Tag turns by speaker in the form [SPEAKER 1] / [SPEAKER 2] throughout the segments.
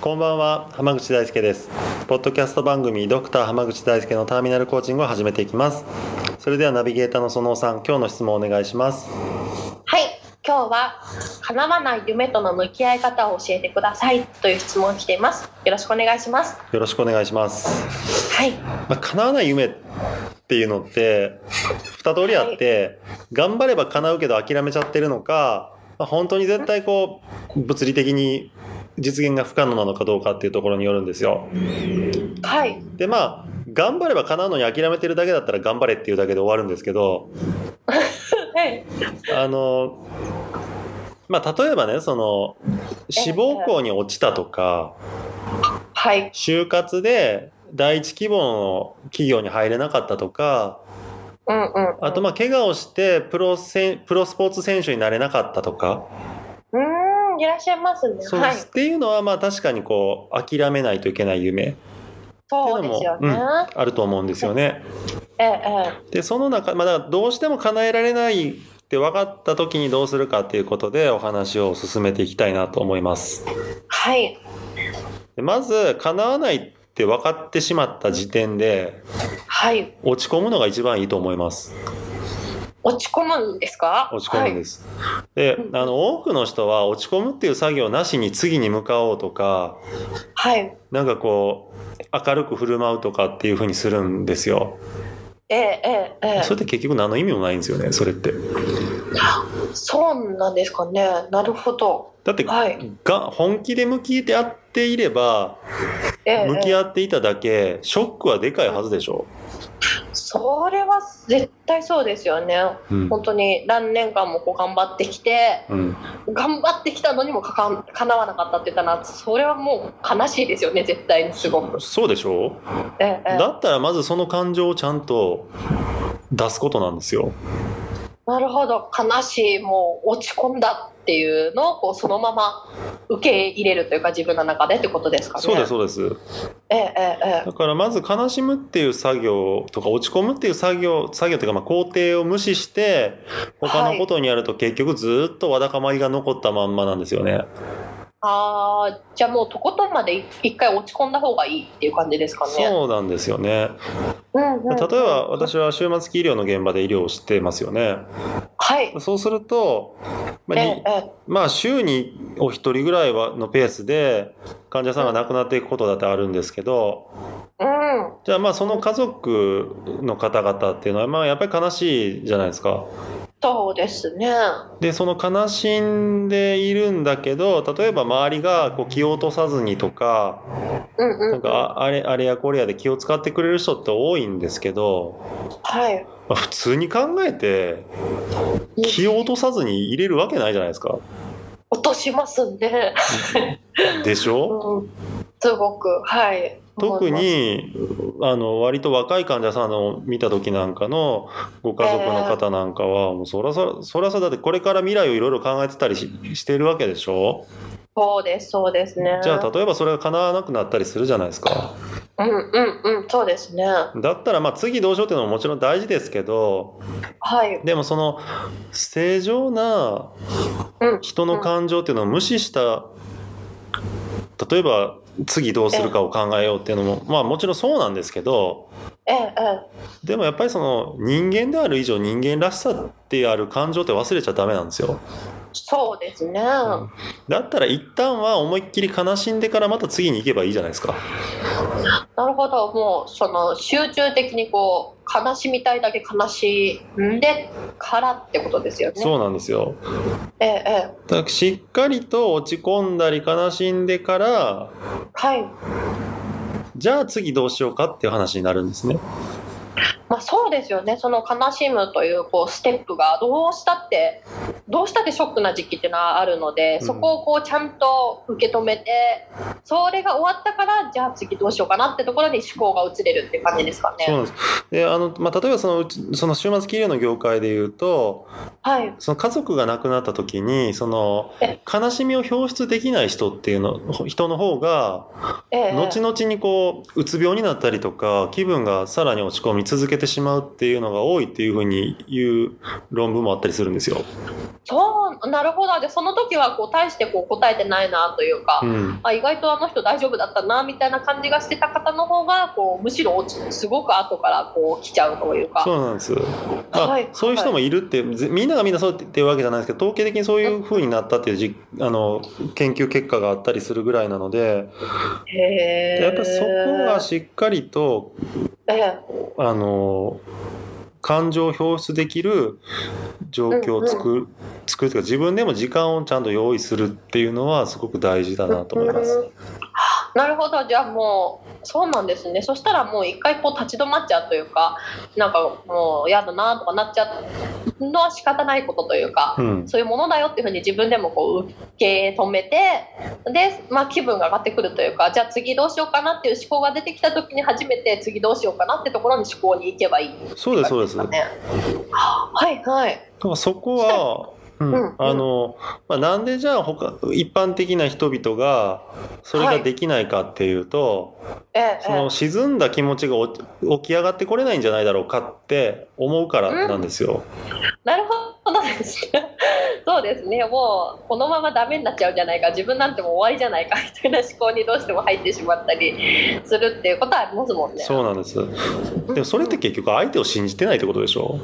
[SPEAKER 1] こんばんは浜口大輔ですポッドキャスト番組ドクター浜口大輔のターミナルコーチングを始めていきますそれではナビゲーターのそのおさん今日の質問をお願いします
[SPEAKER 2] はい、今日は叶わない夢との向き合い方を教えてくださいという質問を来ています。よろしくお願いします。
[SPEAKER 1] よろしくお願いします
[SPEAKER 2] はい、
[SPEAKER 1] まあ、叶わない夢っていうのって二通りあって、頑張れば叶うけど諦めちゃってるのか、まあ、本当に絶対こう物理的に実現が不可能なのかどうかっていうところによるんですよ
[SPEAKER 2] はい、
[SPEAKER 1] でまあ頑張れば叶うのに諦めてるだけだったら頑張れっていうだけで終わるんですけど
[SPEAKER 2] はい、
[SPEAKER 1] あのまあ例えばねその志望校に落ちたとか
[SPEAKER 2] はい、
[SPEAKER 1] 就活で第一希望の企業に入れなかったとか
[SPEAKER 2] うんうん。
[SPEAKER 1] あとまあ怪我をしてプロせんプロスポーツ選手になれなかったとか、
[SPEAKER 2] うーん、いらっしゃいますね。
[SPEAKER 1] そう
[SPEAKER 2] はい、
[SPEAKER 1] っていうのはまあ確かにこう諦めないといけない夢
[SPEAKER 2] そうですよね。
[SPEAKER 1] っていうのあると思うんですよね。
[SPEAKER 2] ええ、
[SPEAKER 1] でその中、まあ、だからどうしても叶えられないって分かった時にどうするかっていうことでお話を進めていきたいなと思います。
[SPEAKER 2] ええはい、
[SPEAKER 1] でまず叶わないって分かってしまった時点で
[SPEAKER 2] はい、
[SPEAKER 1] 落ち込むのが一番いいと思います。
[SPEAKER 2] 落ち込むんですか。
[SPEAKER 1] 落ち込むん
[SPEAKER 2] はい
[SPEAKER 1] です。で、あの多くの人は落ち込むっていう作業なしに次に向かおうとか、
[SPEAKER 2] はい、
[SPEAKER 1] なんかこう明るく振る舞うとかっていう風にするんですよ。
[SPEAKER 2] ええ、ええ、ええ
[SPEAKER 1] それって結局何の意味もないんですよね。それって。
[SPEAKER 2] そうなんですかね。なるほど。
[SPEAKER 1] だって、
[SPEAKER 2] はい
[SPEAKER 1] が本気で向き合っていれば
[SPEAKER 2] ええ、
[SPEAKER 1] 向
[SPEAKER 2] え
[SPEAKER 1] き
[SPEAKER 2] え
[SPEAKER 1] 合っていただけショックはでかいはずでしょ、
[SPEAKER 2] それは絶対そうですよね。
[SPEAKER 1] うん
[SPEAKER 2] 本当に何年間もこう頑張ってきて。
[SPEAKER 1] うん、
[SPEAKER 2] 頑張ってきたのにもかかん叶わなかったって言ったらそれはもう悲しいですよね絶対にすごく。
[SPEAKER 1] そうでしょ
[SPEAKER 2] ええ
[SPEAKER 1] だったらまずその感情をちゃんと出すことなんですよ
[SPEAKER 2] なるほど悲しいもう落ち込んだっていうのをこうそのまま受け入れるというか自分の中でってことですかね。
[SPEAKER 1] そうですそうです
[SPEAKER 2] ええええええ
[SPEAKER 1] だからまず悲しむっていう作業とか落ち込むっていう作業作業というかまあ工程を無視して他のことにやると結局ずっとわだかまりが残ったまんまなんですよね。
[SPEAKER 2] ああじゃあもうとことんまでい一回落ち込んだ方がいいっていう感じですかね。
[SPEAKER 1] そうなんですよね。
[SPEAKER 2] うんうんう
[SPEAKER 1] 例
[SPEAKER 2] ん
[SPEAKER 1] えば私は終末期医療の現場で医療をしてますよね。
[SPEAKER 2] はい、
[SPEAKER 1] そうすると、まあ
[SPEAKER 2] え
[SPEAKER 1] に
[SPEAKER 2] えええ
[SPEAKER 1] まあ週にお一人ぐらいはのペースで患者さんが亡くなっていくことだってあるんですけど、
[SPEAKER 2] うん
[SPEAKER 1] じゃあまあその家族の方々っていうのはまあやっぱり悲しいじゃないですか。
[SPEAKER 2] そうですね。
[SPEAKER 1] で、その悲しんでいるんだけど、例えば周りがこう気を落とさずにとか、
[SPEAKER 2] うんうんうん
[SPEAKER 1] なんかああれ、あれやこれやで気を使ってくれる人って多いんですけど、
[SPEAKER 2] はい
[SPEAKER 1] まあ普通に考えて気を落とさずに入れるわけないじゃないですか。
[SPEAKER 2] 落としますね。
[SPEAKER 1] でしょ
[SPEAKER 2] うんすごくはい
[SPEAKER 1] 特にあの割と若い患者さんの見た時なんかのご家族の方なんかは、もうそらそらそらそらだってこれから未来をいろいろ考えてたりししてるわけでしょ
[SPEAKER 2] そうですそうですね
[SPEAKER 1] じゃあ例えばそれが叶わなくなったりするじゃないですか
[SPEAKER 2] うんうんうんそうですねは
[SPEAKER 1] だったらまあ次どうしようっていうのももちろん大事ですけど
[SPEAKER 2] い
[SPEAKER 1] でもその正常な
[SPEAKER 2] うん
[SPEAKER 1] 人の感情っていうのを無視した例えば次どうするかを考えようっていうのもまあもちろんそうなんですけど
[SPEAKER 2] ええ
[SPEAKER 1] でもやっぱりその人間である以上人間らしさってある感情って忘れちゃダメなんですよ。
[SPEAKER 2] ええそうですね、
[SPEAKER 1] だったら一旦は思いっきり悲しんでからまた次に行けばいいじゃないですか。
[SPEAKER 2] なるほどもうその集中的にこう悲しみたいだけ悲しんでからってことですよね
[SPEAKER 1] そうなんですよ。
[SPEAKER 2] ええええ
[SPEAKER 1] だからしっかりと落ち込んだり悲しんでから、
[SPEAKER 2] はい
[SPEAKER 1] じゃあ次どうしようかっていう話になるんですね。
[SPEAKER 2] まあ、そうですよねその悲しむというこうステップがどうしたってどうしたってショックな時期っていうのはあるので
[SPEAKER 1] うん
[SPEAKER 2] そこをこうちゃんと受け止めてそれが終わったからじゃあ次どうしようかなってところに思考が移れるって感じですか
[SPEAKER 1] そう
[SPEAKER 2] ね。
[SPEAKER 1] なんですであの、まあ、例えばそのうちその終末期医療の業界でいうと
[SPEAKER 2] はい、
[SPEAKER 1] その家族が亡くなった時にその
[SPEAKER 2] え
[SPEAKER 1] 悲しみを表出できない人っていうの人の方が
[SPEAKER 2] ええ
[SPEAKER 1] 後々にこううつ病になったりとか気分がさらに落ち込み続けてしまうっていうのが多いっていうふうに言う論文もあったりするんですよ。
[SPEAKER 2] そうなるほどでその時はこう大してこう答えてないなというか、
[SPEAKER 1] うん
[SPEAKER 2] あ意外とあの人大丈夫だったなみたいな感じがしてた方の方がこうむしろ落ちすごく後からこう来ちゃうというか
[SPEAKER 1] そうなんです、まあ
[SPEAKER 2] はい
[SPEAKER 1] そういう人もいるって、ぜみんながみんなそうっていうわけじゃないですけど統計的にそういうふうになったっていうじあの研究結果があったりするぐらいなので
[SPEAKER 2] へー
[SPEAKER 1] やっぱりそこがしっかりと
[SPEAKER 2] ええ
[SPEAKER 1] あの感情を表出できる状況を作る、作るというか自分でも時間をちゃんと用意するっていうのはすごく大事だなと思います。
[SPEAKER 2] うんなるほどじゃあもうそうなんですねそしたらもう一回こう立ち止まっちゃうというかなんかもう嫌だなとかなっちゃうのは仕方ないことというか、
[SPEAKER 1] うん、
[SPEAKER 2] そういうものだよっていうふうに自分でもこう受け止めてで、まあ、気分が上がってくるというかじゃあ次どうしようかなっていう思考が出てきた時に初めて次どうしようかなってところに思考に行けばいいです
[SPEAKER 1] そうですそうです。
[SPEAKER 2] か
[SPEAKER 1] だか
[SPEAKER 2] ね。はいはい。
[SPEAKER 1] らそこは、うん
[SPEAKER 2] うん
[SPEAKER 1] あのまあ、なんでじゃあ他一般的な人々がそれができないかっていうと、
[SPEAKER 2] ええ
[SPEAKER 1] その沈んだ気持ちがお起き上がってこれないんじゃないだろうかって思うからなんですよ。
[SPEAKER 2] なるほどですね。そうですね。もうこのままダメになっちゃうんじゃないか、自分なんてもう終わりじゃないかみたいな思考にどうしても入ってしまったりするっていうことはありますもんね。
[SPEAKER 1] そうなんです。でもそれって結局相手を信じてないってことでしょ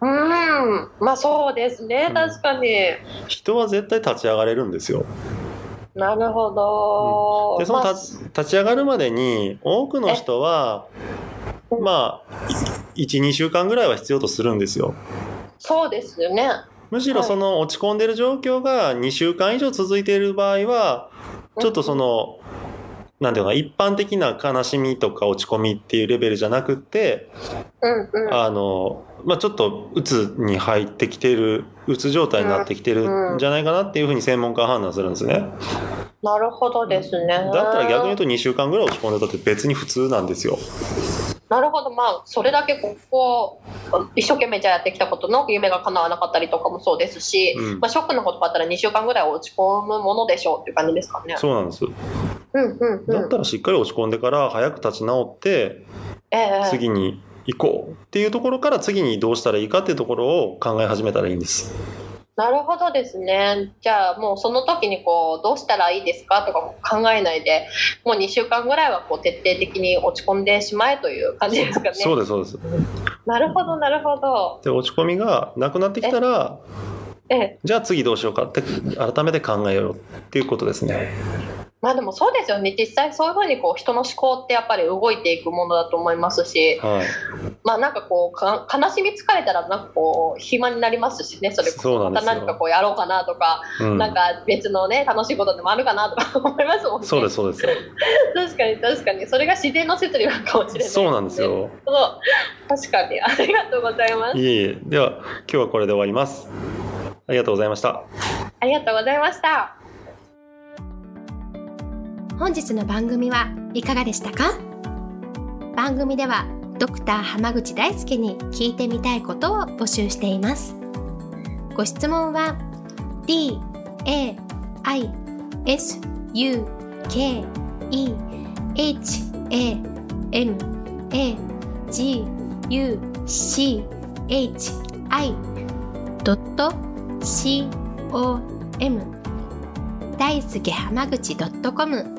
[SPEAKER 2] うん、まあそうですね
[SPEAKER 1] う。ん
[SPEAKER 2] 確かに。
[SPEAKER 1] 人は絶対立ち上がれるんですよ。
[SPEAKER 2] なるほど。
[SPEAKER 1] でその
[SPEAKER 2] まあ
[SPEAKER 1] 立立ち上がるまでに多くの人は
[SPEAKER 2] え
[SPEAKER 1] まあ12週間ぐらいは必要とするんですよ。
[SPEAKER 2] そうですよね。
[SPEAKER 1] むしろその落ち込んでる状況が2週間以上続いている場合はちょっとそのなんていうのかな一般的な悲しみとか落ち込みっていうレベルじゃなくって
[SPEAKER 2] うんうん。
[SPEAKER 1] あの、まあ、ちょっとうつに入ってきてるうつ状態になってきて
[SPEAKER 2] うん
[SPEAKER 1] る
[SPEAKER 2] うん
[SPEAKER 1] んじゃないかなっていうふうに専門家は判断するんですね
[SPEAKER 2] なるほどですね。
[SPEAKER 1] だったら逆に言うと2週間ぐらい落ち込んでたって別に普通なんですよ
[SPEAKER 2] なるほど、まあ、それだけここ一生懸命じゃあやってきたことの夢が叶わなかったりとかもそうですし、
[SPEAKER 1] うん
[SPEAKER 2] まあ、ショックなことがあったら2週間ぐらいは落ち込むものでしょうっていう感じですかね。
[SPEAKER 1] そうなんです
[SPEAKER 2] うんうんう
[SPEAKER 1] だっ
[SPEAKER 2] ん
[SPEAKER 1] たらしっかり落ち込んでから早く立ち直って
[SPEAKER 2] ええ
[SPEAKER 1] 次に行こうっていうところから次にどうしたらいいかっていうところを考え始めたらいいんです
[SPEAKER 2] なるほどですね。じゃあもうその時にこうどうしたらいいですかとか考えないで、もう2週間ぐらいはこう徹底的に落ち込んでしまえという感じですかね。
[SPEAKER 1] そうですそうです
[SPEAKER 2] なるほどなるほど。
[SPEAKER 1] で落ち込みがなくなってきたら
[SPEAKER 2] ええ、
[SPEAKER 1] じゃあ次どうしようかって改めて考えようっていうことですね
[SPEAKER 2] まあでもそうですよね。実際そういうふうにこう人の思考ってやっぱり動いていくものだと思いますし、
[SPEAKER 1] はい
[SPEAKER 2] まあなんかこうか悲しみ疲れたらなんかこう暇になりますしね。それこ
[SPEAKER 1] そうな
[SPEAKER 2] そ
[SPEAKER 1] ん
[SPEAKER 2] ま
[SPEAKER 1] ですよ
[SPEAKER 2] た何かこうやろうかなとか、
[SPEAKER 1] うん
[SPEAKER 2] なんか別のね楽しいことでもあるかなとか思いますもんね。
[SPEAKER 1] そうですそうです
[SPEAKER 2] 確かに確かにそれが自然の摂理なのかも しれない、
[SPEAKER 1] そうなんですよ。
[SPEAKER 2] そう確かにありがとうございます
[SPEAKER 1] いえいえ。では、今日はこれで終わります。ありがとうございました。
[SPEAKER 2] ありがとうございました
[SPEAKER 3] 本日の番組はいかがでしたか番組ではドクター濱口大輔に聞いてみたいことを募集していますご質問は d a i s u k e h a m a g u c h i c o m 大輔濱口 .com